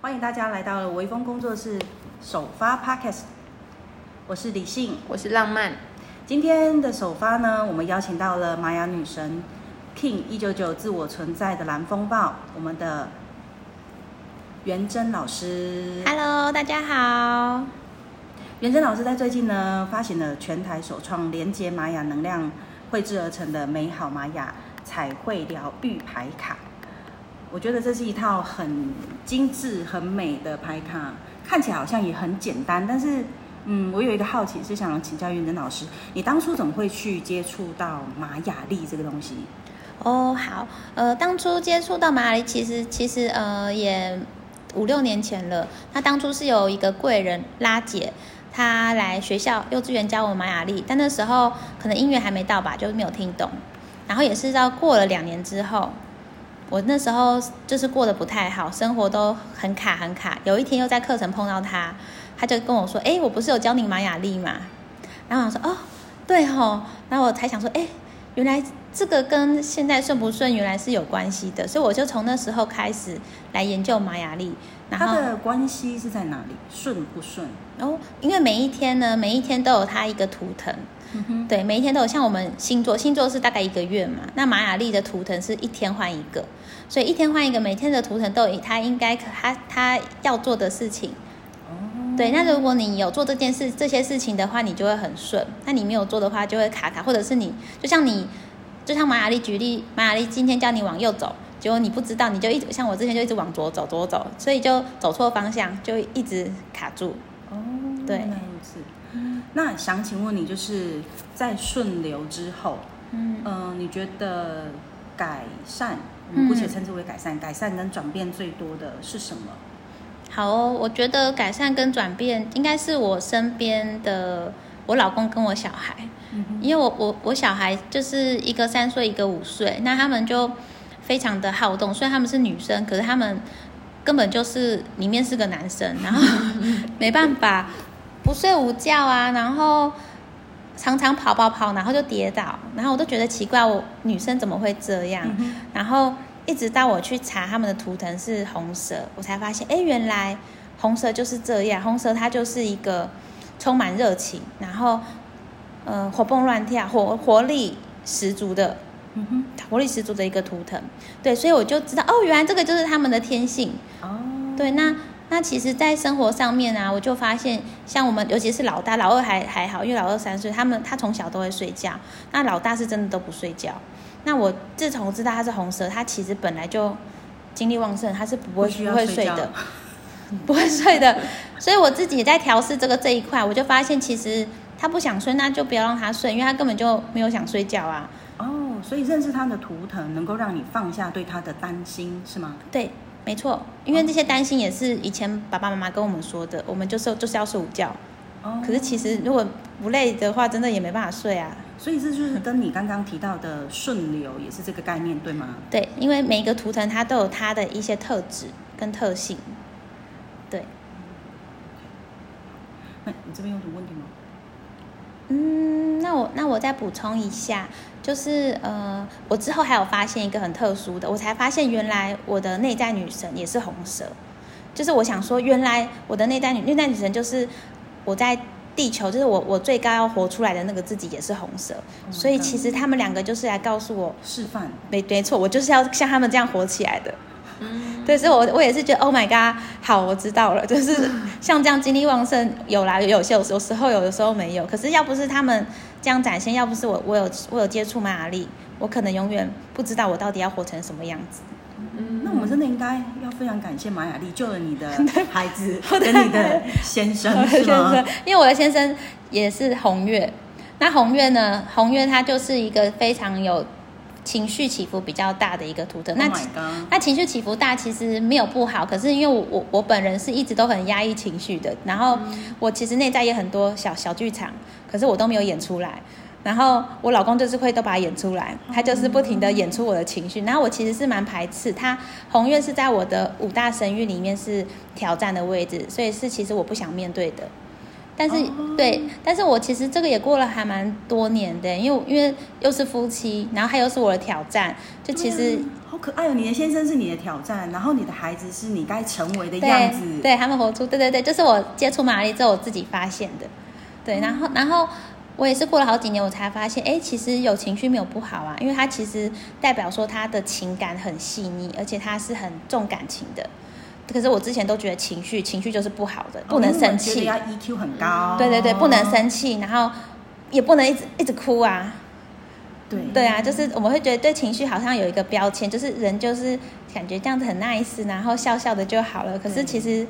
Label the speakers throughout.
Speaker 1: 欢迎大家来到了微风工作室首发 Podcast，我是李信。
Speaker 2: 我是浪漫，
Speaker 1: 今天的首发呢，我们邀请到了玛雅女神 King 一九九自我存在的蓝风暴，我们的元真老师。
Speaker 2: Hello，大家好。
Speaker 1: 元真老师在最近呢，发行了全台首创连接玛雅能量绘制而成的美好玛雅彩绘疗愈牌卡。我觉得这是一套很精致、很美的牌卡，看起来好像也很简单，但是，嗯，我有一个好奇是想请教元真老师，你当初怎么会去接触到玛雅历这个东西？
Speaker 2: 哦、好，呃，当初接触到马里，其实其实呃也五六年前了。那当初是有一个贵人拉姐，她来学校幼稚园教我玛雅历，但那时候可能音乐还没到吧，就没有听懂。然后也是到过了两年之后，我那时候就是过得不太好，生活都很卡很卡。有一天又在课程碰到她，她就跟我说：“哎，我不是有教你玛雅历吗？”然后我想说：“哦，对吼、然后我才想说：“哎，原来这个跟现在顺不顺原来是有关系的。”所以我就从那时候开始来研究玛雅历。然
Speaker 1: 它
Speaker 2: 后
Speaker 1: 的关系是在哪里？顺不顺？
Speaker 2: 哦，因为每一天呢，每一天都有它一个图腾，
Speaker 1: 嗯哼，
Speaker 2: 对，每一天都有。像我们星座，星座是大概一个月嘛，那玛雅历的图腾是一天换一个，所以一天换一个，每天的图腾都有它应该可它它要做的事情。
Speaker 1: 哦，
Speaker 2: 对，那如果你有做这件事这些事情的话，你就会很顺；那你没有做的话，就会卡卡，或者是你就像你就像玛雅丽举例，玛雅丽今天叫你往右走，结果你不知道，你就一直像我之前就一直往左走左走，所以就走错方向，就一直卡住。
Speaker 1: 哦，
Speaker 2: 对
Speaker 1: 原来如此。那想请问你，就是在顺流之后，
Speaker 2: 嗯，
Speaker 1: 嗯、你觉得改善，我们姑且
Speaker 2: 嗯
Speaker 1: 称之为改善，改善跟转变最多的是什么？
Speaker 2: 好哦，我觉得改善跟转变应该是我身边的我老公跟我小孩，
Speaker 1: 嗯哼，
Speaker 2: 因为我我我小孩就是一个三岁，一个五岁，那他们就非常的好动，虽然他们是女生，可是他们根本就是里面是个男生， 然后没办法不睡午觉啊，然后常常跑跑跑，然后就跌倒，然后我都觉得奇怪，我女生怎么会这样？
Speaker 1: 嗯哼
Speaker 2: 然后一直到我去查他们的图腾是红蛇，我才发现，哎，原来红蛇就是这样，红蛇它就是一个充满热情，然后呃活蹦乱跳、活活力十足的
Speaker 1: 嗯哼，
Speaker 2: 活力十足的一个图腾。对，所以我就知道，哦，原来这个就是他们的天性。
Speaker 1: 哦，
Speaker 2: 对，那那其实，在生活上面啊，我就发现，像我们尤其是老大、老二还还好，因为老二三岁，他们他从小都会睡觉，那老大是真的都不睡觉。那我自从知道他是红蛇，他其实本来就精力旺盛，他是不会
Speaker 1: 不需要
Speaker 2: 不会
Speaker 1: 睡
Speaker 2: 睡
Speaker 1: 觉
Speaker 2: 的，不会睡的。所以我自己也在调试这个这一块，我就发现其实他不想睡，那就不要让他睡，因为他根本就没有想睡觉啊。
Speaker 1: 哦，所以认识他的图腾能够让你放下对他的担心，是吗？
Speaker 2: 对，没错，因为这些担心也是以前爸爸妈妈跟我们说的，我们就是就是要睡午觉。
Speaker 1: 哦，
Speaker 2: 可是其实如果不累的话，真的也没办法睡啊。
Speaker 1: 所以这就是跟你刚刚提到的顺流也是这个概念，对吗？
Speaker 2: 对，因为每一个图腾它都有它的一些特质跟特性。对，
Speaker 1: 那你这边有什么问题吗？
Speaker 2: 嗯，那我那我再补充一下，就是呃，我之后还有发现一个很特殊的，我才发现原来我的内在女神也是红蛇，就是我想说，原来我的内在女内在女神就是我在地球，就是我我最高要活出来的那个自己也是红蛇，所以其
Speaker 1: 实
Speaker 2: 实他们两个就是来告诉我，
Speaker 1: 示范，
Speaker 2: 没没错，我就是要像他们这样火起来的。对，所以我我也是觉得，Oh my god，好，我知道了，就是 像这样精力旺盛，有啦，有有些有有时候有，有时候没有。可是要不是他们这样展现，要不是我我有我有接触玛雅丽，我可能永远不知道我到底要活成什么样子。嗯
Speaker 1: 那我们真的应该要非常感谢玛雅丽救了你的 孩子跟你的先生，是
Speaker 2: 先生
Speaker 1: 吗？，
Speaker 2: 因为 我的先生也是红月，那红月呢，红月它就是一个非常有情绪起伏比较大的一个图腾。那
Speaker 1: Oh
Speaker 2: 其
Speaker 1: my god！
Speaker 2: 那情绪起伏大其实没有不好，可是因为我我我本人是一直都很压抑情绪的，然后我其实内在也很多小小剧场，可是我都没有演出来。然后我老公就是会都把它演出来，他就是不停的演出我的情绪。然后我其实是蛮排斥他，红月是在我的五大神域里面是挑战的位置，所以是其实我不想面对的。但是、
Speaker 1: 哦
Speaker 2: 对，但是我其实这个也过了还蛮多年的，因为我因为又是夫妻，然后他又是我的挑战，就其
Speaker 1: 对
Speaker 2: 实
Speaker 1: 啊好可爱哦！你的先生是你的挑战，然后你的孩子是你该成为的
Speaker 2: 对
Speaker 1: 样子。
Speaker 2: 对他们活出，对对对，这是我接触玛丽之后我自己发现的。对，然后然后我也是过了好几年，我才发现，哎，其实有情绪没有不好啊，因为他其实代表说他的情感很细腻，而且他是很重感情的。可是我之前都觉得情绪，情绪就是不好的，
Speaker 1: 哦
Speaker 2: 不能
Speaker 1: 因为我
Speaker 2: 生
Speaker 1: 觉得
Speaker 2: 气。
Speaker 1: 要哦 EQ 很高。
Speaker 2: 对对对，不能。生气，然后也不能一直一直哭啊。
Speaker 1: 对
Speaker 2: 对啊，就是我们会觉得对情绪好像有一个标签，就是人就是感觉这样子很 nice，然后笑笑的就好了。可是
Speaker 1: 对
Speaker 2: 其实，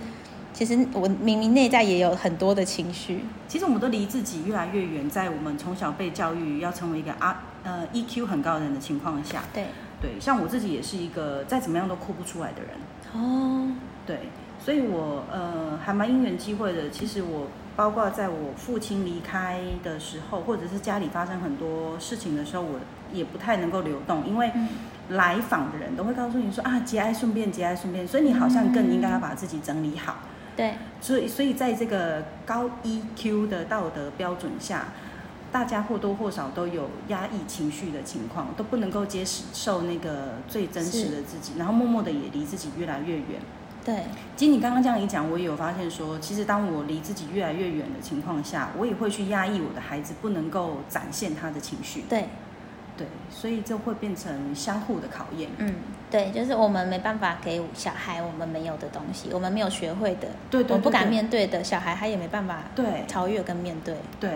Speaker 2: 其实我明明内在也有很多的情绪。
Speaker 1: 其实我们都离自己越来越远，在我们从小被教育要成为一个啊呃 EQ 很高的人的情况下，
Speaker 2: 对，
Speaker 1: 对，像我自己也是一个再怎么样都哭不出来的人，
Speaker 2: 哦，
Speaker 1: 对，所以我呃还蛮因缘际会的。其实我包括在我父亲离开的时候，或者是家里发生很多事情的时候，我也不太能够流动，因为
Speaker 2: 嗯
Speaker 1: 来访的人都会告诉你说啊节哀顺变，节哀顺变，所以你好像更应该要把自己整理好。
Speaker 2: 对，
Speaker 1: 所以，所以在这个高 EQ 的道德标准下，大家或多或少都有压抑情绪的情况，都不能够接受那个最真实的自己，然后默默的也离自己越来越远。
Speaker 2: 对，
Speaker 1: 其实你刚刚这样一讲，我也有发现说，其实当我离自己越来越远的情况下，我也会去压抑我的孩子不能够展现他的情绪。
Speaker 2: 对，
Speaker 1: 对，所以这会变成相互的考验。
Speaker 2: 嗯，对，就是我们没办法给小孩我们没有的东西，我们没有学会的，
Speaker 1: 对对对
Speaker 2: 我不敢
Speaker 1: 对
Speaker 2: 面对的，小孩他也没办法
Speaker 1: 对，
Speaker 2: 超越跟面对。
Speaker 1: 对，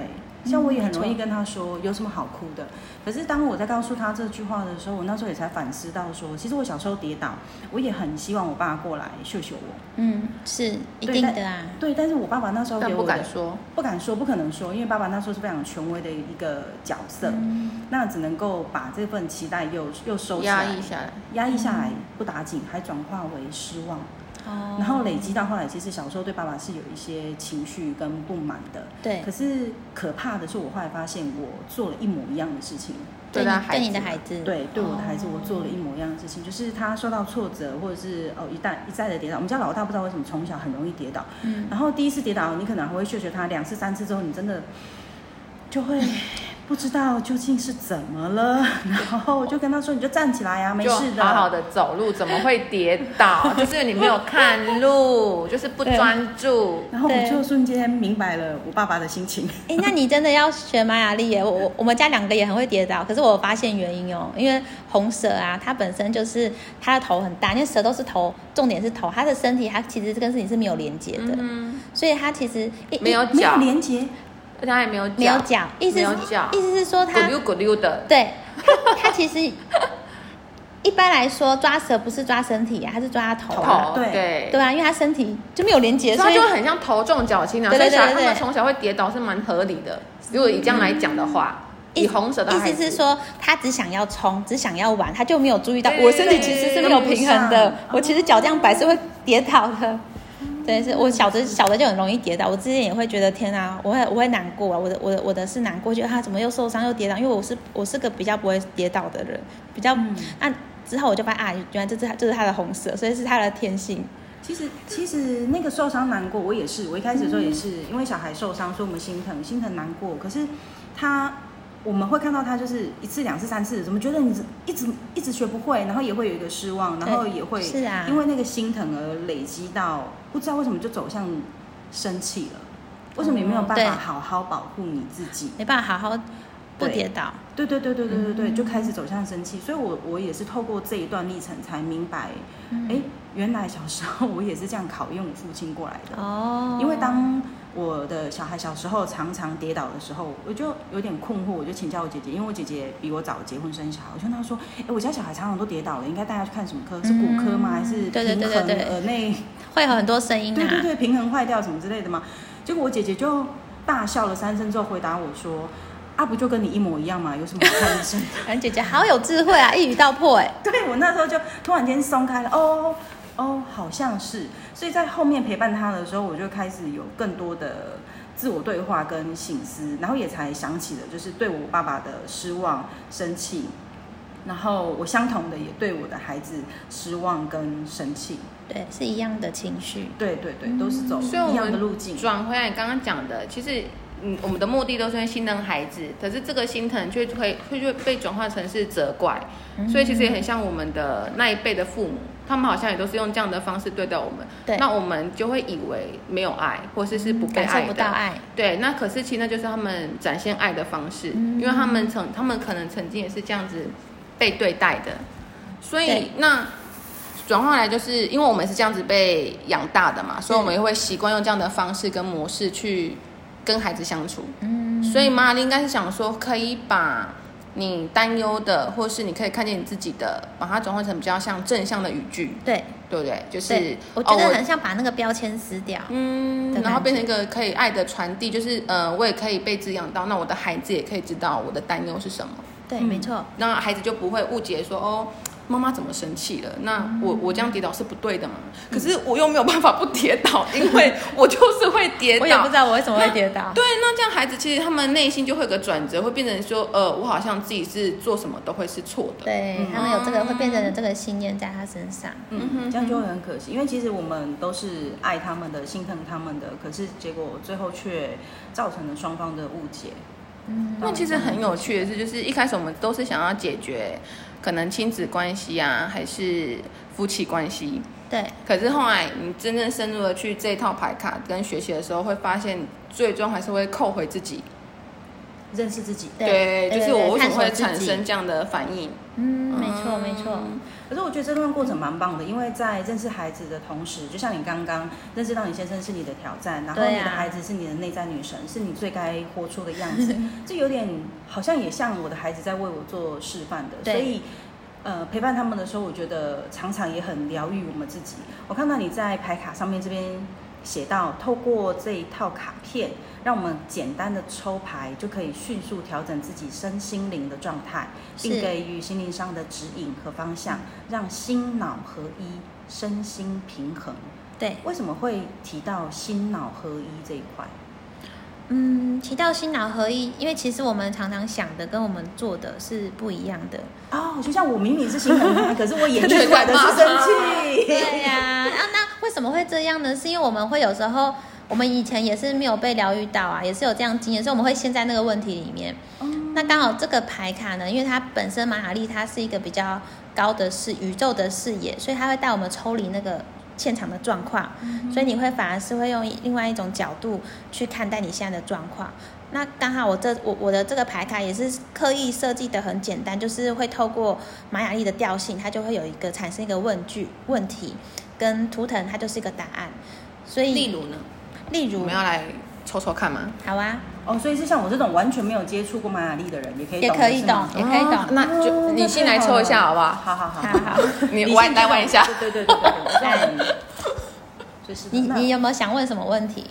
Speaker 1: 像我也很容
Speaker 2: 嗯没
Speaker 1: 易
Speaker 2: 错
Speaker 1: 跟他说有什么好哭的。可是当我在告诉他这句话的时候，我那时候也才反思到说，其实我小时候跌倒，我也很希望我爸过来秀秀我。
Speaker 2: 嗯，是一
Speaker 1: 对
Speaker 2: 定
Speaker 1: 但
Speaker 2: 的啊。
Speaker 1: 对，但是我爸爸那时候
Speaker 3: 但
Speaker 1: 给
Speaker 3: 不
Speaker 1: 我
Speaker 3: 敢
Speaker 1: 的
Speaker 3: 说。
Speaker 1: 不敢说，不可能说，因为爸爸那时候是非常权威的一个角色，
Speaker 2: 嗯
Speaker 1: 那只能够把这份期待又又收起
Speaker 3: 压
Speaker 1: 来，
Speaker 3: 抑下来，
Speaker 1: 压抑下来不打紧，还转化为失望，
Speaker 2: 哦，
Speaker 3: 嗯
Speaker 1: 然后累积到后来，其实小时候对爸爸是有一些情绪跟不满的。
Speaker 2: 对
Speaker 1: 可，是可怕的是，我后来发现我做了一模一样的事情。
Speaker 3: 对
Speaker 2: 你
Speaker 3: 他孩
Speaker 2: 对你
Speaker 3: 子
Speaker 2: 的
Speaker 3: 嘛
Speaker 2: 孩子，
Speaker 1: 对，对我的孩子，
Speaker 2: 哦
Speaker 1: 我做了一模一样的事情，就是他受到挫折，或者是哦一旦一再的跌倒。我们家老大不知道为什么从小很容易跌倒，
Speaker 2: 嗯，
Speaker 1: 然后第一次跌倒，你可能还会学学他，两次、三次之后，你真的就会不知道究竟是怎么了。然后我就跟他说：“你就站起来啊呀、没
Speaker 3: 就
Speaker 1: 事的。”
Speaker 3: 好好的走路，怎么会跌 倒？就是你没有看路，就是不
Speaker 2: 对
Speaker 3: 专注。
Speaker 1: 然后我
Speaker 2: 对
Speaker 1: 就瞬间明白了我爸爸的心情。
Speaker 2: 哎、那你真的要学玛雅历耶？我我我们家两个也很会跌倒，可是我发现原因哦，因为红蛇啊，它本身就是它的头很大，因为蛇都是头，重点是头，它的身体它其实跟身体是没有连接的，
Speaker 3: 嗯，
Speaker 2: 所以它其实一
Speaker 3: 没有
Speaker 1: 没有
Speaker 3: 脚
Speaker 1: 连接，
Speaker 3: 而且他也没有脚，
Speaker 2: 没有脚，意思是
Speaker 3: 没有脚
Speaker 2: 意思是说
Speaker 3: 咕
Speaker 2: 它
Speaker 3: 溜咕溜的。
Speaker 2: 对它它其实一般来说抓蛇不是抓身体啊，它是抓头啊、
Speaker 3: 头
Speaker 1: 对
Speaker 3: 对
Speaker 2: 对啊，因为它身体就没有连接，
Speaker 3: 所
Speaker 2: 所
Speaker 3: 以他
Speaker 2: 以
Speaker 3: 就会很像头重脚轻啊，
Speaker 2: 对
Speaker 3: 所以
Speaker 2: 对对
Speaker 3: 小
Speaker 2: 对
Speaker 3: 孩他
Speaker 2: 对
Speaker 3: 们从小会跌倒是蛮合理的。如果以这样来讲的话，
Speaker 2: 意
Speaker 3: 以红蛇的
Speaker 2: 嗯意
Speaker 3: 孩
Speaker 2: 思
Speaker 3: 子
Speaker 2: 是，说，他只想要冲，只想要玩，他就没有注意到
Speaker 3: 对
Speaker 2: 我身体其实是没有平衡
Speaker 1: 跟
Speaker 2: 的
Speaker 1: 不上，
Speaker 2: 我其实脚这样摆是会跌倒的。
Speaker 1: 嗯
Speaker 2: 对，是我小的小的就很容易跌倒，我之前也会觉得天啊，我会我会难过啊，我的我的我的是难过，觉得他怎么又受伤又跌倒，因为我是我是个比较不会跌倒的人，比较
Speaker 1: 嗯
Speaker 2: 那、之后我就发现啊，原来这是他这是他的红色，所以是他的天性。
Speaker 1: 其实其实那个受伤难过，我也是，我一开始的时候也是，因为小孩受伤，所以我们心疼，心疼难过。可是他，我们会看到他就是一次、两次、三次，怎么觉得你一直一直学不会，然后也会有一个失望，然后也会
Speaker 2: 是啊
Speaker 1: 因为那个心疼而累积到不知道为什么就走向生气了。为什么你没有办
Speaker 2: 哦对
Speaker 1: 法好好保护你自己？
Speaker 2: 没办法好好不
Speaker 1: 对
Speaker 2: 跌倒。
Speaker 1: 对对对对对对
Speaker 2: 嗯
Speaker 1: 对，就开始走向生气。所以我我也是透过这一段历程才明白，
Speaker 2: 嗯
Speaker 1: 哎、原来小时候我也是这样考验我父亲过来的。
Speaker 2: 哦，
Speaker 1: 因为当我的小孩小时候常常跌倒的时候，我就有点困惑，我就请教我姐姐，因为我姐姐比我早结婚生小孩，我就跟她说：“哎、我家小孩常常都跌倒了，应该带他去看什么科？是骨科吗？
Speaker 2: 嗯
Speaker 1: 还是
Speaker 2: 对对
Speaker 1: 平
Speaker 2: 对
Speaker 1: 衡
Speaker 2: 对对
Speaker 1: 耳 内？
Speaker 2: 会有很多声音啊，
Speaker 1: 对对对，平衡坏掉什么之类的吗？”结果我姐姐就大笑了三声之后回答我说：“啊，不就跟你一模一样嘛，有什么好看医生的？”
Speaker 2: 反正姐姐好有智慧啊，一语道破哎、
Speaker 1: 对我那时候就突然间松开了，哦哦，好像是。所以在后面陪伴他的时候，我就开始有更多的自我对话跟醒思，然后也才想起了，就是对我爸爸的失望、生气，然后我相同的也对我的孩子失望跟生气，
Speaker 2: 对，是一样的情绪。
Speaker 1: 对对对，都是走
Speaker 3: 嗯所以我
Speaker 1: 一样的路径
Speaker 3: 们。转回来，你刚刚讲的，其实嗯，我们的目的都是因为心疼孩子，可是这个心疼却会会会被转化成是责怪，
Speaker 2: 嗯
Speaker 3: 所以其实也很像我们的那一辈的父母，他们好像也都是用这样的方式对待我们，
Speaker 2: 对
Speaker 3: 那我们就会以为没有爱，或是是不
Speaker 2: 感
Speaker 3: 被爱
Speaker 2: 受
Speaker 3: 的，
Speaker 2: 不到爱，
Speaker 3: 对，那可是其实那就是他们展现爱的方式，
Speaker 2: 嗯
Speaker 3: 因为他们曾他们可能曾经也是这样子被对待的，所以
Speaker 2: 对
Speaker 3: 那转换来就是因为我们是这样子被养大的嘛，所以我们也会习惯用这样的方式跟模式去跟孩子相处。
Speaker 2: 嗯，
Speaker 3: 所以玛丽应该是想说，可以把你担忧的，或是你可以看见你自己的，把它转换成比较像正向的语句，
Speaker 2: 对
Speaker 3: 对不对？就是
Speaker 2: 对，我觉
Speaker 3: 哦
Speaker 2: 得很像把那个标签撕掉。
Speaker 3: 嗯
Speaker 2: 的，
Speaker 3: 然后
Speaker 2: 感
Speaker 3: 变成一个可以爱的传递，就是呃，我也可以被滋养到，那我的孩子也可以知道我的担忧是什么，
Speaker 2: 对，
Speaker 1: 嗯
Speaker 2: 没错，
Speaker 3: 那孩子就不会误解说哦，妈妈怎么生气了？那
Speaker 2: 嗯
Speaker 3: 我我这样跌倒是不对的嘛？可是我又没有办法不跌倒，因为我就是会跌 倒。
Speaker 2: 我也不知道我为什么会跌 倒。
Speaker 3: 对，那这样孩子其实他们内心就会有个转折，会变成说，呃，我好像自己是做什么都会是错的。
Speaker 2: 对
Speaker 1: 嗯
Speaker 2: 他们有这个会变成有这个信念在他身上。
Speaker 1: 嗯，这样就会很可惜，因为其实我们都是爱他们的、心疼他们的，可是结果最后却造成了双方的误解。
Speaker 2: 嗯，
Speaker 3: 那其实很有趣的是，就是一开始我们都是想要解决可能亲子关系啊，还是夫妻关系，
Speaker 2: 对，
Speaker 3: 可是后来你真正深入的去这一套牌卡跟学习的时候，会发现最终还是会扣回自己。
Speaker 1: 认识自己。
Speaker 2: 对
Speaker 3: 就
Speaker 2: 对
Speaker 3: 是
Speaker 2: 对
Speaker 3: 我为什
Speaker 2: 探
Speaker 3: 么
Speaker 2: 索
Speaker 3: 会
Speaker 2: 自
Speaker 3: 产
Speaker 2: 己
Speaker 3: 生这样的反应？
Speaker 2: 嗯，没错没错，
Speaker 1: 可是我觉得这段过程蛮棒的，因为在认识孩子的同时，就像你刚刚认识到你先生是你的挑战，然后
Speaker 2: 对啊
Speaker 1: 你的孩子是你的内在女神，是你最该活出的样 子。这有点好像也像我的孩子在为我做示范的，
Speaker 2: 对
Speaker 1: 所以。呃，陪伴他们的时候，我觉得常常也很疗愈我们自己。我看到你在牌卡上面这边写到，透过这一套卡片，让我们简单的抽牌就可以迅速调整自己身心灵的状态，
Speaker 2: 是
Speaker 1: 并给予心灵上的指引和方向，让心脑合一，身心平衡。
Speaker 2: 对。
Speaker 1: 为什么会提到心脑合一这一块？
Speaker 2: 嗯，提到心脑合一，因为其实我们常常想的跟我们做的是不一样的。
Speaker 1: 哦，就像我明明是心疼 他，可是我演出来的是生气。
Speaker 2: 对呀、啊，那为什么会这样呢？是因为我们会有时候，我们以前也是没有被疗愈到啊，也是有这样经验，所以我们会陷在那个问题里面。
Speaker 1: 嗯
Speaker 2: 那刚好这个牌卡呢，因为它本身马雅丽它是一个比较高的视宇宙的视野，所以它会带我们抽离那个现场的状况，所以你会反而是会用另外一种角度去看待你现在的状况。那刚好我这我我的这个牌卡也是刻意设计的很简单，就是会透过玛雅历的调性，它就会有一个产生一个问句问题，跟图腾它就是一个答案。所以，
Speaker 3: 例如呢，
Speaker 2: 例
Speaker 3: 我
Speaker 2: 如
Speaker 3: 们，要来抽抽看吗？
Speaker 2: 好啊，
Speaker 1: 哦，所以是像我这种完全没有接触过玛雅历的人，也可以
Speaker 2: 也
Speaker 1: 懂
Speaker 2: 可以
Speaker 1: 是
Speaker 2: 懂
Speaker 1: 吗，
Speaker 2: 也可以懂。
Speaker 3: 那就
Speaker 1: 哦
Speaker 3: 你
Speaker 1: 那
Speaker 3: 先
Speaker 1: 太
Speaker 3: 来
Speaker 1: 好
Speaker 3: 抽一
Speaker 1: 了
Speaker 3: 下好不好？
Speaker 1: 好好好，
Speaker 2: 好好，
Speaker 3: 你
Speaker 1: 先
Speaker 3: 玩
Speaker 1: 知道
Speaker 3: 来玩一下。
Speaker 1: 对对对对对对，我知道
Speaker 2: 来
Speaker 1: 你就是的
Speaker 2: 你
Speaker 1: 那
Speaker 2: 你有没有想问什么问题？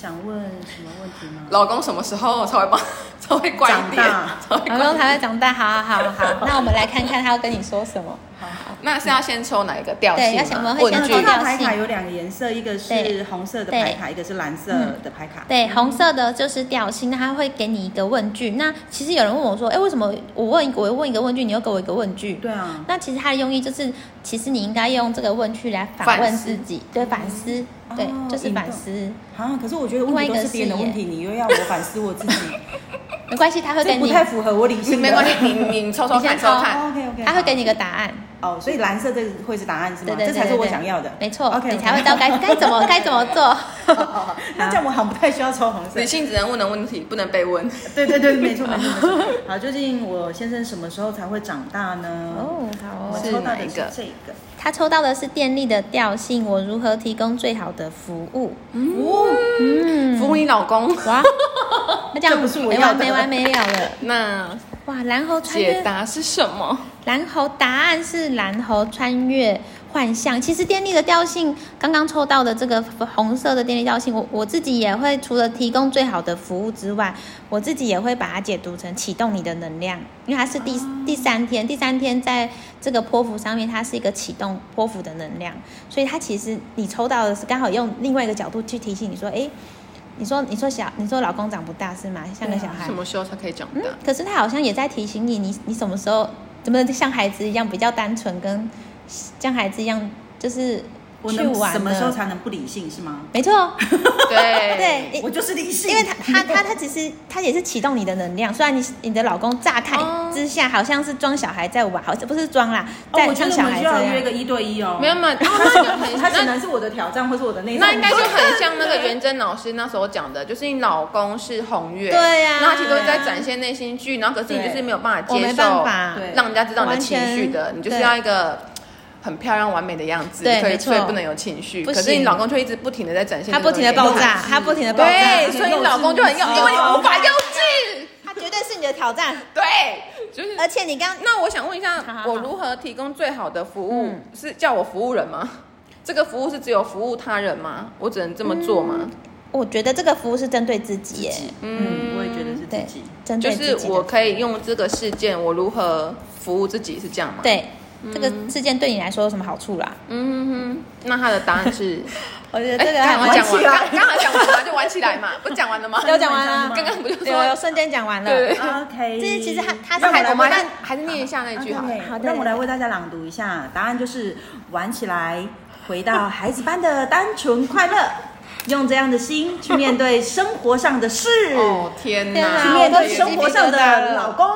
Speaker 1: 想问什么问题吗？
Speaker 3: 老公什么时候才会帮 才会怪一点？
Speaker 1: 长大
Speaker 3: 才会
Speaker 2: 老
Speaker 3: 乖
Speaker 2: 公才会长大，好好好好。那我们来看看他要跟你说什么。
Speaker 1: 好好。
Speaker 3: 那是要先抽哪一个调
Speaker 2: 对
Speaker 3: 性
Speaker 2: 要
Speaker 3: 吗？
Speaker 2: 想我们会
Speaker 3: 问
Speaker 2: 先
Speaker 1: 那
Speaker 2: 抽
Speaker 3: 句
Speaker 1: 这
Speaker 2: 调
Speaker 1: 套牌卡
Speaker 2: 性
Speaker 1: 有两个颜色，一个
Speaker 2: 对
Speaker 1: 是红色的
Speaker 2: 对
Speaker 1: 牌卡，一个是蓝色
Speaker 2: 嗯
Speaker 1: 的牌卡。
Speaker 2: 对，红色的就是调性，那他会给你一个问句。那其实有人问我说，哎，为什么我问我问一个问句，你又给我一个问句？
Speaker 1: 对啊，
Speaker 2: 那其实它的用意就是，其实你应该用这个问句来反问自己，对，反思，对，
Speaker 1: 哦
Speaker 2: 就是
Speaker 1: 引
Speaker 2: 反
Speaker 1: 动
Speaker 2: 思，
Speaker 1: 啊，可是我觉得
Speaker 2: 另外
Speaker 1: 问题
Speaker 2: 一
Speaker 1: 都
Speaker 2: 个
Speaker 1: 是别人的
Speaker 2: 视野
Speaker 1: 问题，你又要我反思我自己，
Speaker 2: 没关系，他会给
Speaker 1: 这不
Speaker 2: 你，
Speaker 1: 太符合我理性的。
Speaker 3: 没关系，你 你你抽抽
Speaker 2: 你先
Speaker 3: 看，抽
Speaker 2: 抽
Speaker 3: 抽看。
Speaker 1: OK OK，
Speaker 2: 他会给你一个答案，
Speaker 1: 哦，所以蓝色这会是答案是吗
Speaker 2: 对？对
Speaker 1: 这
Speaker 2: 对
Speaker 1: 才是
Speaker 2: 对
Speaker 1: 我
Speaker 2: 对
Speaker 1: 想要的。
Speaker 2: 没错
Speaker 1: OK，
Speaker 2: 你才会知道该 该怎么该怎么做。
Speaker 1: 那这样我好像不太需要抽红色
Speaker 3: 女。性只能问的问题，不能被问。
Speaker 1: 对对对，没错没错没错。 好，究竟我先生什么时候才会长大呢？
Speaker 2: 哦，好
Speaker 1: 我
Speaker 2: 哦
Speaker 1: 抽到的
Speaker 3: 是哪
Speaker 1: 是
Speaker 3: 一个
Speaker 1: 这个。
Speaker 2: 他抽到的是电力的调性，我如何提供最好的服务？
Speaker 1: 哦，
Speaker 2: 嗯，
Speaker 3: 服务你老公。
Speaker 2: 哇，那这样
Speaker 1: 这不是我
Speaker 2: 没
Speaker 1: 要
Speaker 2: 完
Speaker 1: 的
Speaker 2: 没完没了了。
Speaker 3: 那
Speaker 2: 哇，蓝猴穿
Speaker 3: 解
Speaker 2: 越，
Speaker 3: 答是什么？
Speaker 2: 蓝猴答案是蓝猴穿越幻象。其实电力的调性，刚刚抽到的这个红色的电力调性，我我自己也会除了提供最好的服务之外，我自己也会把它解读成启动你的能量，因为它是第、第三天，第三天在这个泼幅上面，它是一个启动泼幅的能量，所以它其实你抽到的是刚好用另外一个角度去提醒你说，诶，你说你说小，你说老公长不大是吗？像个小孩嗯
Speaker 3: 什。么时候才可以长大？
Speaker 2: 可是他好像也在提醒你，你你什么时候怎么像孩子一样比较单纯，跟像孩子一样就是
Speaker 1: 我
Speaker 2: 去
Speaker 1: 能
Speaker 2: 玩
Speaker 1: 什么时候
Speaker 2: 了。
Speaker 1: 才能不理性是吗？
Speaker 2: 没错，
Speaker 3: 对
Speaker 2: 对，
Speaker 1: 我就是理性，
Speaker 2: 因为他他他他只是他也是启动你的能量，虽然你你的老公乍看之下好像是装小孩在玩，好像不是装啦，
Speaker 1: 哦，
Speaker 2: 在
Speaker 1: 我觉
Speaker 2: 像
Speaker 1: 得我
Speaker 2: 小
Speaker 1: 们
Speaker 2: 孩
Speaker 1: 需
Speaker 2: 这
Speaker 1: 要约个
Speaker 2: 样。
Speaker 1: 一对一哦。
Speaker 3: 没 有没有，
Speaker 1: 他
Speaker 3: 那
Speaker 1: 只
Speaker 3: 就
Speaker 1: 能，
Speaker 3: 很
Speaker 1: 他只
Speaker 3: 那
Speaker 1: 能是我的挑战，或是我的内
Speaker 3: 那应该就很像那个
Speaker 1: 原。
Speaker 3: 元真老师那时候讲的，就是你老公是红月，
Speaker 2: 对啊
Speaker 3: 那他其实都在展现内心剧，然后可是你就是没有办法
Speaker 2: 我
Speaker 3: 接
Speaker 2: 没
Speaker 3: 受，
Speaker 2: 办法
Speaker 1: 对
Speaker 3: 让人家知道你的
Speaker 2: 完全
Speaker 3: 情绪的，你就是
Speaker 2: 对
Speaker 3: 要一个很漂亮完美的样子，
Speaker 2: 对
Speaker 3: 所以
Speaker 2: 没错
Speaker 3: 所以不能有情绪。
Speaker 2: 不
Speaker 3: 可
Speaker 2: 行
Speaker 3: 是你老公却一直不停的在展现，
Speaker 2: 他不停的爆炸，他不停的爆炸，
Speaker 3: 对，所以你老公就很幼，因为你无法幼稚，
Speaker 2: 他绝对是你的挑战。
Speaker 3: 对，就是。
Speaker 2: 而且你刚
Speaker 3: 那我想问一下
Speaker 2: 好好，好
Speaker 3: 我如何提供最好的服务
Speaker 2: 嗯？
Speaker 3: 是叫我服务人吗？这个服务是只有服务他人吗？我只能这么做吗？
Speaker 2: 我觉得这个服务是针对自己耶，
Speaker 1: 嗯，我也觉得是
Speaker 2: 对
Speaker 1: 自己。，
Speaker 2: 针
Speaker 3: 就
Speaker 2: 对自己
Speaker 3: 是
Speaker 2: 的
Speaker 3: 我可以用这个事件，我如何服务自己是这样吗？，
Speaker 2: 对
Speaker 1: 嗯
Speaker 2: 这个事件对你来说有什么好处啦？
Speaker 3: 嗯哼哼。那他的答 案是，
Speaker 2: 我觉得
Speaker 3: 哎，
Speaker 2: 这个
Speaker 3: 刚好
Speaker 2: 还
Speaker 3: 讲
Speaker 1: 玩
Speaker 3: 完，
Speaker 1: 起来
Speaker 3: 刚刚好讲完了就玩 起来嘛，不讲完了吗？
Speaker 2: 有讲完啦，
Speaker 3: 刚刚不就
Speaker 2: 有有
Speaker 3: 说，
Speaker 2: 瞬间讲完了，
Speaker 3: 对对
Speaker 1: OK，
Speaker 2: 这是其实他他是
Speaker 1: 让我
Speaker 3: 还
Speaker 1: 来
Speaker 3: 我
Speaker 1: 为
Speaker 3: 们
Speaker 1: 大
Speaker 3: 还是还是念一下那啊句好了。
Speaker 1: OK，
Speaker 2: 好的
Speaker 1: 让我来为大家朗读一下，答案就是玩起来，回到孩子般的单纯快乐，用这样的心去面对生活上的事，
Speaker 3: 哦天
Speaker 2: 天
Speaker 3: 哪！
Speaker 2: 哪
Speaker 1: 去面对生活上的老公。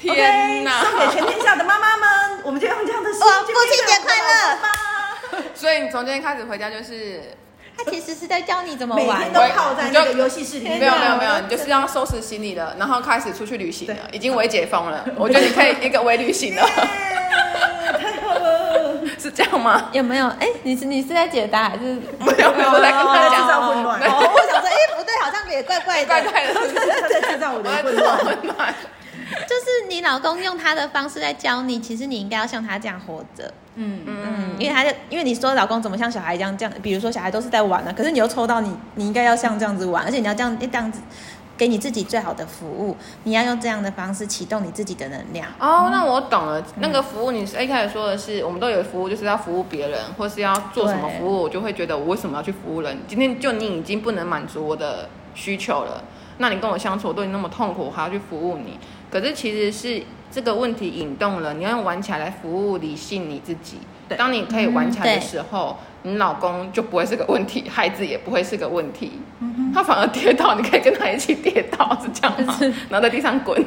Speaker 3: 天
Speaker 1: o
Speaker 3: 哪
Speaker 1: k 送给全天下的妈妈们，我们就用这样的心
Speaker 2: 哇
Speaker 1: 去
Speaker 2: 父亲节
Speaker 1: 面对
Speaker 2: 快
Speaker 1: 老
Speaker 2: 乐
Speaker 1: 公吧。
Speaker 3: 所以你从今天开始回家就是
Speaker 2: 他其实是在教你怎么
Speaker 1: 每
Speaker 2: 玩
Speaker 1: 天都。泡在那个游戏室里面，
Speaker 3: 没有没有 没有，你啊就是要收拾行李了，然后开始出去旅行了，已经微解封 了。我觉得你可以一个微旅行 了，
Speaker 1: 耶太好了。
Speaker 3: 是这样吗？
Speaker 2: 有没有？哎，你是你是在解答还是？
Speaker 3: 没有没有，我在跟
Speaker 1: 在
Speaker 3: 他
Speaker 1: 制造
Speaker 3: 讲，
Speaker 1: 混乱
Speaker 2: 哦，我想说，哎，不对，好像也怪怪
Speaker 3: 怪
Speaker 2: 的。
Speaker 3: 怪的，是不是？
Speaker 1: 在制造我的混乱。
Speaker 3: 温暖。
Speaker 2: 就是你老公用他的方式在教你，其实你应该要像他这样活着。
Speaker 1: 嗯嗯，
Speaker 2: 嗯，因为他就因为你说老公怎么像小孩一样这样，比如说小孩都是在玩啊，可是你又抽到你，你应该要像这样子玩，而且你要这样这样子给你自己最好的服务，你要用这样的方式启动你自己的能量。
Speaker 3: 哦，那我懂了。那个服务，你是一开始说的是，我们都有服务，就是要服务别人，或是要做什么
Speaker 2: 对
Speaker 3: 服务，我就会觉得我为什么要去服务人？今天就你已经不能满足我的需求了，那你跟我相处，我对你那么痛苦，我还要去服务你？可是其实是这个问题引动了，你要用玩起来来服务理性你自己。
Speaker 1: 对
Speaker 3: 当你可以玩起来
Speaker 2: 嗯
Speaker 3: 的
Speaker 2: 对
Speaker 3: 时候，你老公就不会是个问题，孩子也不会是个问题。他反而跌倒，你可以跟他一起跌倒，是这样吗？然后在地上滚。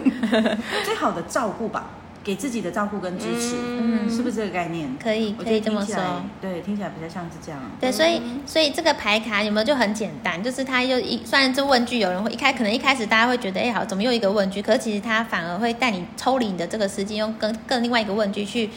Speaker 1: 最好的照顾吧，给自己的照顾跟支持，
Speaker 2: 嗯
Speaker 1: 是不是这个概念？
Speaker 2: 可以
Speaker 1: 我
Speaker 2: 可
Speaker 1: 觉得
Speaker 2: 以这么
Speaker 1: 听起
Speaker 2: 说。
Speaker 1: 来，对，听起来比较像是这样。
Speaker 2: 对，所以
Speaker 1: 嗯
Speaker 2: 所以这个牌卡有没有就很简单，就是它又一虽然这问句有人会一开可能一开始大家会觉得哎、好怎么又一个问句，可是其实它反而会带你抽离你的这个时间，用跟更另外一个问句去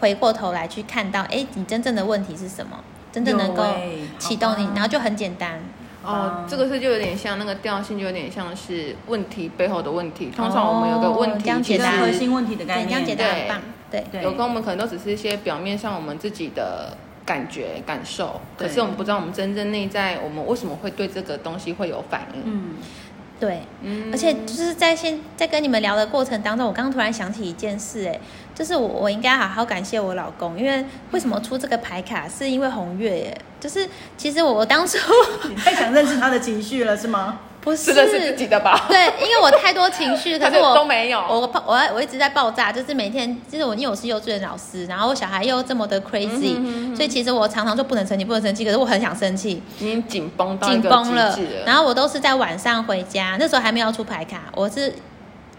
Speaker 2: 回过头来去看到哎、你真正的问题是什么，真正能够
Speaker 1: 有欸
Speaker 2: 启动你
Speaker 1: 好，吧
Speaker 2: 然后就很简单。
Speaker 3: 哦
Speaker 1: 嗯，
Speaker 3: 这个是就有点像那个调性，就有点像是问题背后的问题。通常我们有个问
Speaker 2: 哦这
Speaker 3: 题
Speaker 2: 样，
Speaker 3: 其
Speaker 2: 哦解
Speaker 3: 实
Speaker 2: 答
Speaker 1: 核心问题的概
Speaker 2: 对，你这
Speaker 1: 念，
Speaker 2: 样解答很棒。对，
Speaker 1: 对
Speaker 3: 有跟我们可能都只是一些表面上我们自己的感觉感受，
Speaker 1: 对
Speaker 3: 可是我们不知道我们真正内在我们为什么会对这个东西会有反应。
Speaker 1: 嗯，
Speaker 2: 对，
Speaker 3: 嗯
Speaker 2: 而且就是在现在跟你们聊的过程当中，我刚刚突然想起一件事、哎，就是我我应该好好感谢我老公，因为为什么出这个牌卡，是因为红月、耶，就是其实我我当初
Speaker 1: 你太想认识他的情绪了是吗？
Speaker 2: 不是
Speaker 3: 吃的是自己的吧？
Speaker 2: 对，因为我太多情绪，可
Speaker 3: 他
Speaker 2: 是
Speaker 3: 就
Speaker 2: 我
Speaker 3: 都没有
Speaker 2: 我我我一直在爆炸，就是每天，就是我因为我是幼稚园老师，然后我小孩又这么的
Speaker 3: 嗯
Speaker 2: crazy，、所以其实我常常就不能生气，不能生气，可是我很想生气，
Speaker 3: 已经紧绷到一
Speaker 2: 紧
Speaker 3: 个
Speaker 2: 绷了
Speaker 3: 极致。了。
Speaker 2: 然后我都是在晚上回家，那时候还没有出牌卡，我是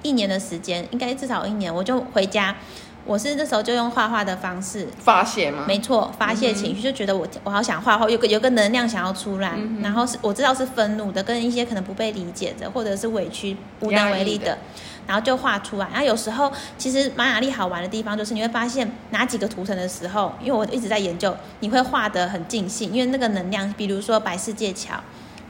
Speaker 2: 一年的时间，应该至少一年，我就回家。我是那时候就用画画的方式，
Speaker 3: 发泄吗？
Speaker 2: 没错，发泄情绪，就觉得我我好想画画，有个有个能量想要出来，
Speaker 3: 嗯
Speaker 2: 然后是我知道是愤怒的，跟一些可能不被理解的，或者是委屈无能为力
Speaker 3: 压
Speaker 2: 的，然后就画出来。然后有时候其实玛雅历好玩的地方就是你会发现哪几个图腾的时候，因为我一直在研究，你会画得很尽兴，因为那个能量，比如说白世界桥，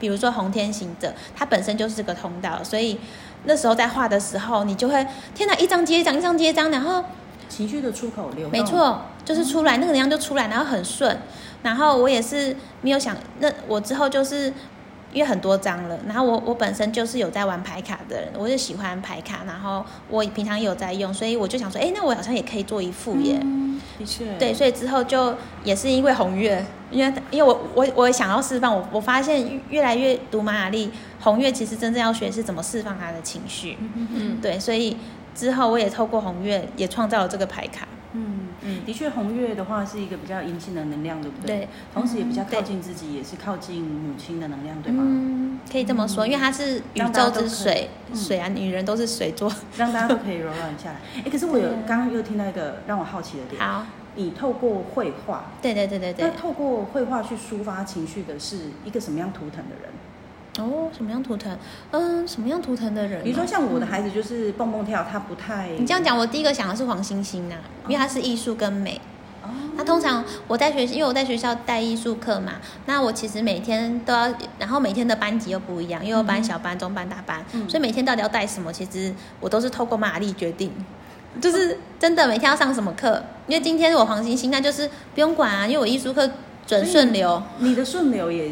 Speaker 2: 比如说红天行者，它本身就是个通道，所以那时候在画的时候，你就会天哪，一张接一张，一张接一张，然后。
Speaker 1: 情绪的出口流动，
Speaker 2: 没，错，就是出来那个能量就出来，然后很顺。然后我也是没有想，那我之后就是因为很多张了，然后我我本身就是有在玩牌卡的人，我就喜欢牌卡，然后我平常也有在用，所以我就想说，哎，那我好像也可以做一副耶。
Speaker 1: 嗯的确，
Speaker 2: 对，所以之后就也是因为红月，因为因为我我我也想要释放，我我发现越来越读玛雅历，红月其实真正要学是怎么释放他的情绪。
Speaker 1: 嗯，
Speaker 2: 对，所以之后，我也透过红月也创造了这个牌卡。
Speaker 1: 嗯
Speaker 2: 嗯
Speaker 1: 嗯，的确，红月的话是一个比较阴性的能量，对不对？
Speaker 2: 对。
Speaker 1: 同时也比较
Speaker 2: 嗯
Speaker 1: 靠
Speaker 2: 对
Speaker 1: 近自己，也是靠近母亲的能量，对吗？
Speaker 2: 嗯，可以这么说，因为它是宇宙之水，
Speaker 1: 嗯
Speaker 2: 水啊，女人都是水做。
Speaker 1: 让大家都可以柔软下来。哎，可是我有
Speaker 2: 对啊
Speaker 1: 刚刚又听到一个让我好奇的点，
Speaker 2: 好，
Speaker 1: 你透过绘画，
Speaker 2: 对对对对
Speaker 1: 那
Speaker 2: 对。
Speaker 1: 透过绘画去抒发情绪的是一个什么样图腾的人？
Speaker 2: 哦，什么样图腾？嗯，什么样图腾的人、嗯
Speaker 1: 比如说，像我的孩子就是蹦蹦跳，他不太……
Speaker 2: 你这样讲，我第一个想的是黄星星啊，因为它是艺术跟美。
Speaker 1: 哦，
Speaker 2: 那通常我在学，因为我在学校带艺术课嘛，那我其实每天都要，然后每天的班级又不一样，因为有班、
Speaker 1: 嗯
Speaker 2: 小班、中班、大班，
Speaker 1: 嗯
Speaker 2: 所以每天到底要带什么，其实我都是透过马力决定。就是真的每天要上什么课，因为今天我黄星星，那就是不用管啊，因为我艺术课准顺流。
Speaker 1: 你的顺流也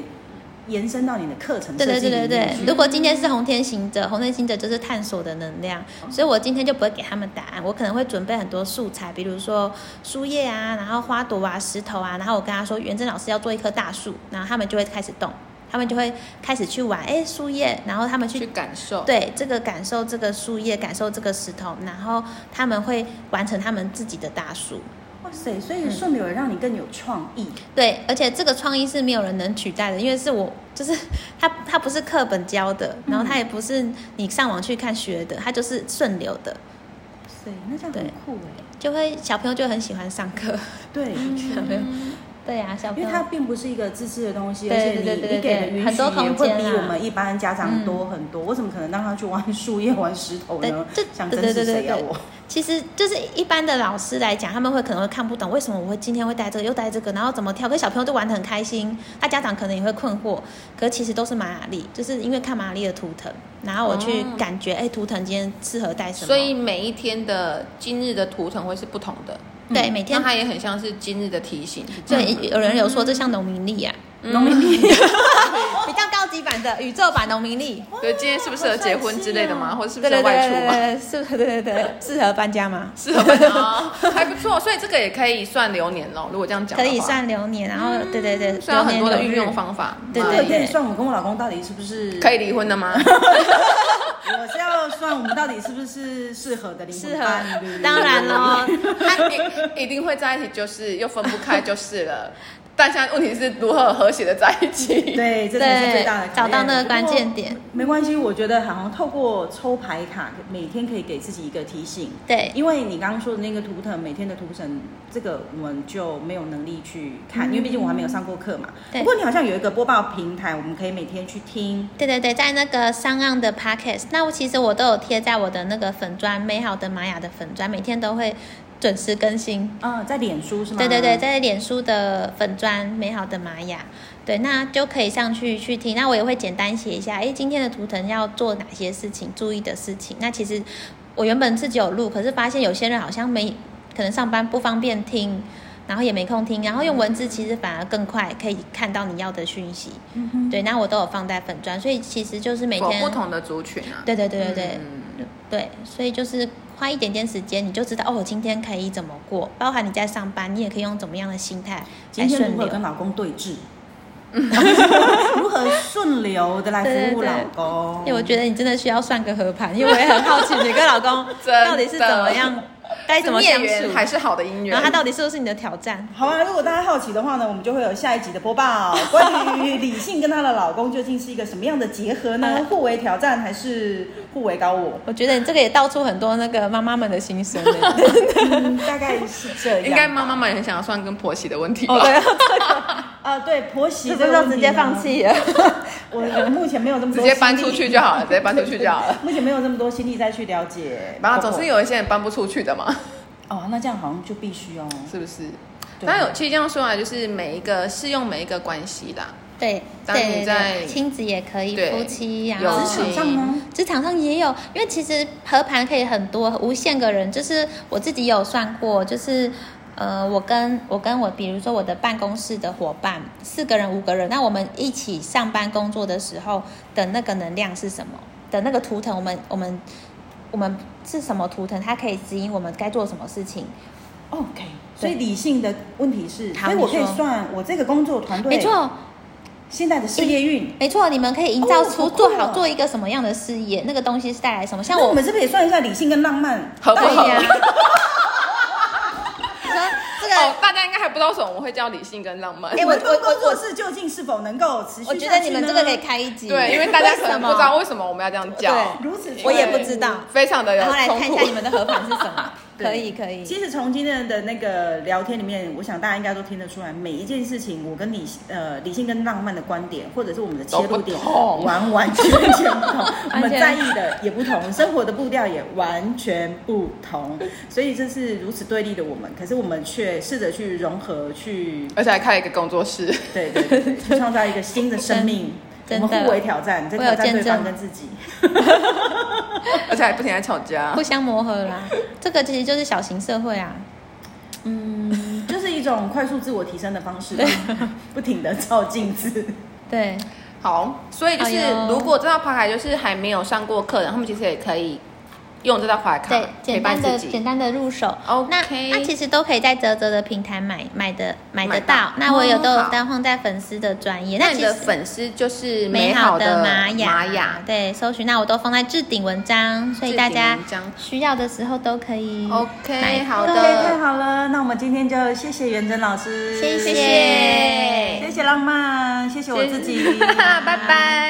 Speaker 1: 延伸到你的课程
Speaker 2: 对对
Speaker 1: 设计
Speaker 2: 对
Speaker 1: 里
Speaker 2: 对
Speaker 1: 面
Speaker 2: 对
Speaker 1: 去，
Speaker 2: 如果今天是红天行者，红天行者就是探索的能量，所以我今天就不会给他们答案，我可能会准备很多素材，比如说树叶啊，然后花朵啊、石头啊，然后我跟他说，元真老师要做一棵大树，然后他们就会开始动，他们就会开始去玩，哎，树叶，然后他们
Speaker 3: 去
Speaker 2: 去。
Speaker 3: 感受。
Speaker 2: 对这个感受，这个树叶感受这个石头，然后他们会完成他们自己的大树。
Speaker 1: 哇塞，所以顺流也让你更有创意。
Speaker 2: 嗯对，而且这个创意是没有人能取代的，因为是我，就是 它，它不是课本教的，
Speaker 1: 嗯
Speaker 2: 然后它也不是你上网去看学的，它就是顺流的，
Speaker 1: 哇塞，那这样很
Speaker 2: 对
Speaker 1: 酷哎。
Speaker 2: 就会小朋友就很喜欢上课。
Speaker 1: 对，的 确
Speaker 2: 小朋友，对呀、啊，小朋
Speaker 1: 嗯因
Speaker 2: 友
Speaker 1: 为它并不是一个自制的东西，而
Speaker 2: 对
Speaker 1: 且
Speaker 2: 对对
Speaker 1: 你
Speaker 2: 对
Speaker 1: 你给的
Speaker 2: 对
Speaker 1: 允
Speaker 2: 很
Speaker 1: 许
Speaker 2: 多
Speaker 1: 也
Speaker 2: 空
Speaker 1: 会
Speaker 2: 间啊嗯
Speaker 1: 比
Speaker 2: 啦
Speaker 1: 我们一般家长多很多。我怎么可能让他去玩树叶、玩石头呢
Speaker 2: 对这？
Speaker 1: 想
Speaker 2: 对
Speaker 1: 真是
Speaker 2: 对对
Speaker 1: 谁呀
Speaker 2: 对
Speaker 1: 我？
Speaker 2: 其实就是一般的老师来讲，他们会可能会看不懂为什么我会今天会带这个又带这个，然后怎么跳，可是小朋友就玩得很开心，他家长可能也会困惑，可其实都是玛雅历，就是因为看玛雅历的图腾，然后我去
Speaker 3: 哦
Speaker 2: 感觉，哎、图腾今天适合带什么，
Speaker 3: 所以每一天的今日的图腾会是不同的，
Speaker 2: 对
Speaker 1: 嗯
Speaker 2: 每
Speaker 3: 那
Speaker 2: 天
Speaker 3: 它也很像是今日的提醒。
Speaker 2: 对，有人有说这像农民历啊，
Speaker 1: 农民历，
Speaker 2: 比较高级版的宇宙版农民历，
Speaker 3: 对，今天适不适合结婚之类的吗？或者适不
Speaker 2: 对
Speaker 3: 适合
Speaker 2: 对对对
Speaker 3: 外出
Speaker 2: 对
Speaker 3: 吗？
Speaker 2: 对，适合对对对，适合搬家吗？
Speaker 3: 适合外啊，还不错。所以这个也可以算流年咯，如果这样讲的
Speaker 2: 可
Speaker 3: 话
Speaker 2: 以，算流年，然后对对对，
Speaker 3: 虽然很多的
Speaker 2: 流年
Speaker 3: 运
Speaker 2: 流日
Speaker 3: 用方法。
Speaker 2: 对
Speaker 1: 我
Speaker 3: 妈
Speaker 1: 也
Speaker 3: 呀
Speaker 1: 可以算我跟我老公到底是不是
Speaker 3: 可以离婚 的吗？
Speaker 1: 我是要算我们到底是不是适合的灵
Speaker 2: 适
Speaker 1: 魂
Speaker 2: 合
Speaker 1: 伴侣，，
Speaker 2: 当然 喽，
Speaker 3: 一定会在一起，就是又分不开就是了。但现在问题是如何和谐的在一起？
Speaker 1: 对，这才是最
Speaker 2: 对
Speaker 1: 大的，考验
Speaker 2: 找到那个关键。点
Speaker 1: 不，过没关系，我觉得好像透过抽牌卡，每天可以给自己一个提醒。
Speaker 2: 对
Speaker 1: 因为你刚刚说的那个图腾，每天的图腾，这个我们就没有能力去看，因为毕竟我还没有上过课嘛。
Speaker 2: 嗯对
Speaker 1: 不过你好像有一个播报平台，我们可以每天去听。
Speaker 2: 对对对，在那个上岸的 podcast，那我其实我都有贴在我的那个粉砖美好的玛雅的粉砖，每天都会准时更新。
Speaker 1: 嗯，在脸书是吗？
Speaker 2: 对对对，。在脸书的粉砖“美好的玛雅”，对，那就可以上去去听。那我也会简单写一下，诶，今天的图腾要做哪些事情，注意的事情。那其实我原本自己有录，可是发现有些人好像没，可能上班不方便听，然后也没空听，然后用文字其实反而更快，可以看到你要的讯息。
Speaker 1: 嗯哼
Speaker 2: 对，那我都有放在粉砖，所以其实就是每
Speaker 3: 我
Speaker 2: 天
Speaker 3: 不，同的族群啊。
Speaker 2: 对对对对对。
Speaker 3: 嗯
Speaker 2: 对，所以就是花一点点时间，你就知道哦，我今天可以怎么过。包含你在上班，你也可以用怎么样的心态
Speaker 1: 今
Speaker 2: 来
Speaker 1: 天如
Speaker 2: 顺
Speaker 1: 何
Speaker 2: 流。
Speaker 1: 跟老公对峙？如何顺流的来服务老公？
Speaker 2: 因哎为我觉得你真的需要算个合盘，因为我也很好奇你跟老公
Speaker 3: 真的
Speaker 2: 到底是怎么样，该怎么
Speaker 3: 孽
Speaker 2: 相
Speaker 3: 缘
Speaker 2: 处，
Speaker 3: 还是好的姻
Speaker 2: 然后他
Speaker 3: 缘？
Speaker 2: 到底是不是你的挑战？
Speaker 1: 好啊，如果大家好奇的话呢，我们就会有下一集的播报，关于理性跟她的老公究竟是一个什么样的结合呢？互为挑战还是互为高我？
Speaker 2: 我觉得你这个也道出很多那个妈妈们的心声欸。
Speaker 1: 嗯，大概是这样。
Speaker 3: 应该妈妈们也很想要算跟婆媳的问题吧？
Speaker 2: 哦，对，
Speaker 1: 啊，对婆媳
Speaker 2: 这
Speaker 1: 这
Speaker 2: 个
Speaker 1: 个
Speaker 2: 就直接放
Speaker 1: 问题啊
Speaker 2: 弃了。
Speaker 1: 呢。我我目前没有这么
Speaker 3: 直
Speaker 1: 多
Speaker 3: 接搬出
Speaker 1: 心力
Speaker 3: 去就好了，直接搬出去就好了。
Speaker 1: 目前没有这么多心力再去了解婆婆。
Speaker 3: 然后总是有一些人搬不出去的嘛，
Speaker 1: 哦，那这样好像就必须哦。
Speaker 3: 是不是？
Speaker 2: 啊
Speaker 1: 对
Speaker 3: 当然有，其实这样说来，就是每一个适用每一个关系的啊，
Speaker 2: 对
Speaker 3: 当你
Speaker 2: 对
Speaker 3: 在
Speaker 2: 对，亲子也可以，
Speaker 3: 对
Speaker 2: 夫妻然
Speaker 3: 有
Speaker 2: 后
Speaker 1: 职场上吗？
Speaker 2: 职场上也有，因为其实合盘可以很多，无限个人。就是我自己有算过，就是呃，我跟我跟我，比如说我的办公室的伙伴，四个人、五个人，那我们一起上班工作的时候的那个能量是什么？的那个图腾，我们我们我们是什么图腾？它可以指引我们该做什么事情。
Speaker 1: OK，所以理性的问题是，哎
Speaker 2: 好
Speaker 1: 所以我
Speaker 2: 你
Speaker 1: 可以
Speaker 2: 说
Speaker 1: 算我这个工作团队
Speaker 2: 没错，
Speaker 1: 现在的事业运。
Speaker 2: 没错，你们可以营造
Speaker 1: 哦
Speaker 2: 出
Speaker 1: 好酷
Speaker 2: 做好
Speaker 1: 哦
Speaker 2: 做一个什么样的事业，那个东西是带来什么。像
Speaker 1: 那我
Speaker 2: 我
Speaker 1: 们是不是也算一下理性跟浪漫啊
Speaker 3: 合不
Speaker 1: 到底
Speaker 3: 合
Speaker 2: 对呀、你说这个，
Speaker 3: 哦，大家应该还不知道为什么我会叫理性跟浪漫
Speaker 2: 哎、。我
Speaker 1: 我
Speaker 2: 我
Speaker 1: 们
Speaker 2: 我
Speaker 1: 工作
Speaker 2: 我
Speaker 1: 室究竟是否能够持续
Speaker 2: 我觉
Speaker 1: 下
Speaker 2: 得
Speaker 1: 去
Speaker 2: 你们
Speaker 1: 呢
Speaker 2: 这个可以开一集，
Speaker 3: 对，因为大家可能不知道
Speaker 2: 为
Speaker 3: 为什么我们要这样叫，
Speaker 2: 对
Speaker 1: 如此
Speaker 2: 什
Speaker 1: 出
Speaker 2: 么
Speaker 1: 类，
Speaker 2: 我也不知道。
Speaker 3: 非常呃的有
Speaker 2: 然后来
Speaker 3: 冲
Speaker 2: 看一
Speaker 3: 突
Speaker 2: 下。你们的合盘是什么，
Speaker 1: 对
Speaker 2: 可以可以。
Speaker 1: 其实从今天的那个聊天里面，我想大家应该都听得出来，每一件事情我跟理呃理性跟浪漫的观点，或者是我们的切入点
Speaker 3: 都不同
Speaker 1: 完 完全全不同，我
Speaker 2: 完
Speaker 1: 们
Speaker 2: 全
Speaker 1: 在意的也不同，生活的步调也完全不同，所以这是如此对立的我们，可是我们却试着去融合，去
Speaker 3: 而且还开了一个工作室，
Speaker 1: 对对对，对去创造一个新的生 命。我
Speaker 2: 真
Speaker 1: 们
Speaker 2: 真的
Speaker 1: 互为挑战，在
Speaker 2: 我有
Speaker 1: 挑战对
Speaker 2: 见证
Speaker 1: 方跟自己。
Speaker 3: 而且还不停在吵架
Speaker 2: 互。相磨合 啦，这个其实就是小型社会啊。
Speaker 1: 嗯，就是一种快速自我提升的方式 吧，不停的照镜子。
Speaker 2: 对，
Speaker 3: 好，所以就是、
Speaker 2: 哎呦
Speaker 3: 如果这道牌卡就是还没有上过课的，他们其实也可以用这道牌卡
Speaker 2: 对，
Speaker 3: 陪
Speaker 2: 简
Speaker 3: 伴
Speaker 2: 单的
Speaker 3: 自己
Speaker 2: 简。单的入手。
Speaker 3: OK
Speaker 2: 那那其实都可以在泽泽的平台买买的买得
Speaker 3: 买到
Speaker 2: 到。那我有都有
Speaker 3: 哦好
Speaker 2: 单放在粉丝的专业。
Speaker 3: 那
Speaker 2: 其
Speaker 3: 你
Speaker 2: 实
Speaker 3: 的粉丝就是
Speaker 2: 美
Speaker 3: 好
Speaker 2: 的
Speaker 3: 玛
Speaker 2: 雅，
Speaker 3: 雅，
Speaker 2: 对，搜寻那我都放在置顶文章，所以大家嗯
Speaker 3: 置顶文章
Speaker 2: 需要的时候都可以。买
Speaker 3: OK，好
Speaker 1: OK，太
Speaker 3: 的，
Speaker 1: 好了，那我们今天就谢谢元珍老师，
Speaker 2: 谢谢
Speaker 1: 谢谢浪漫，谢谢我自己，
Speaker 3: 拜拜。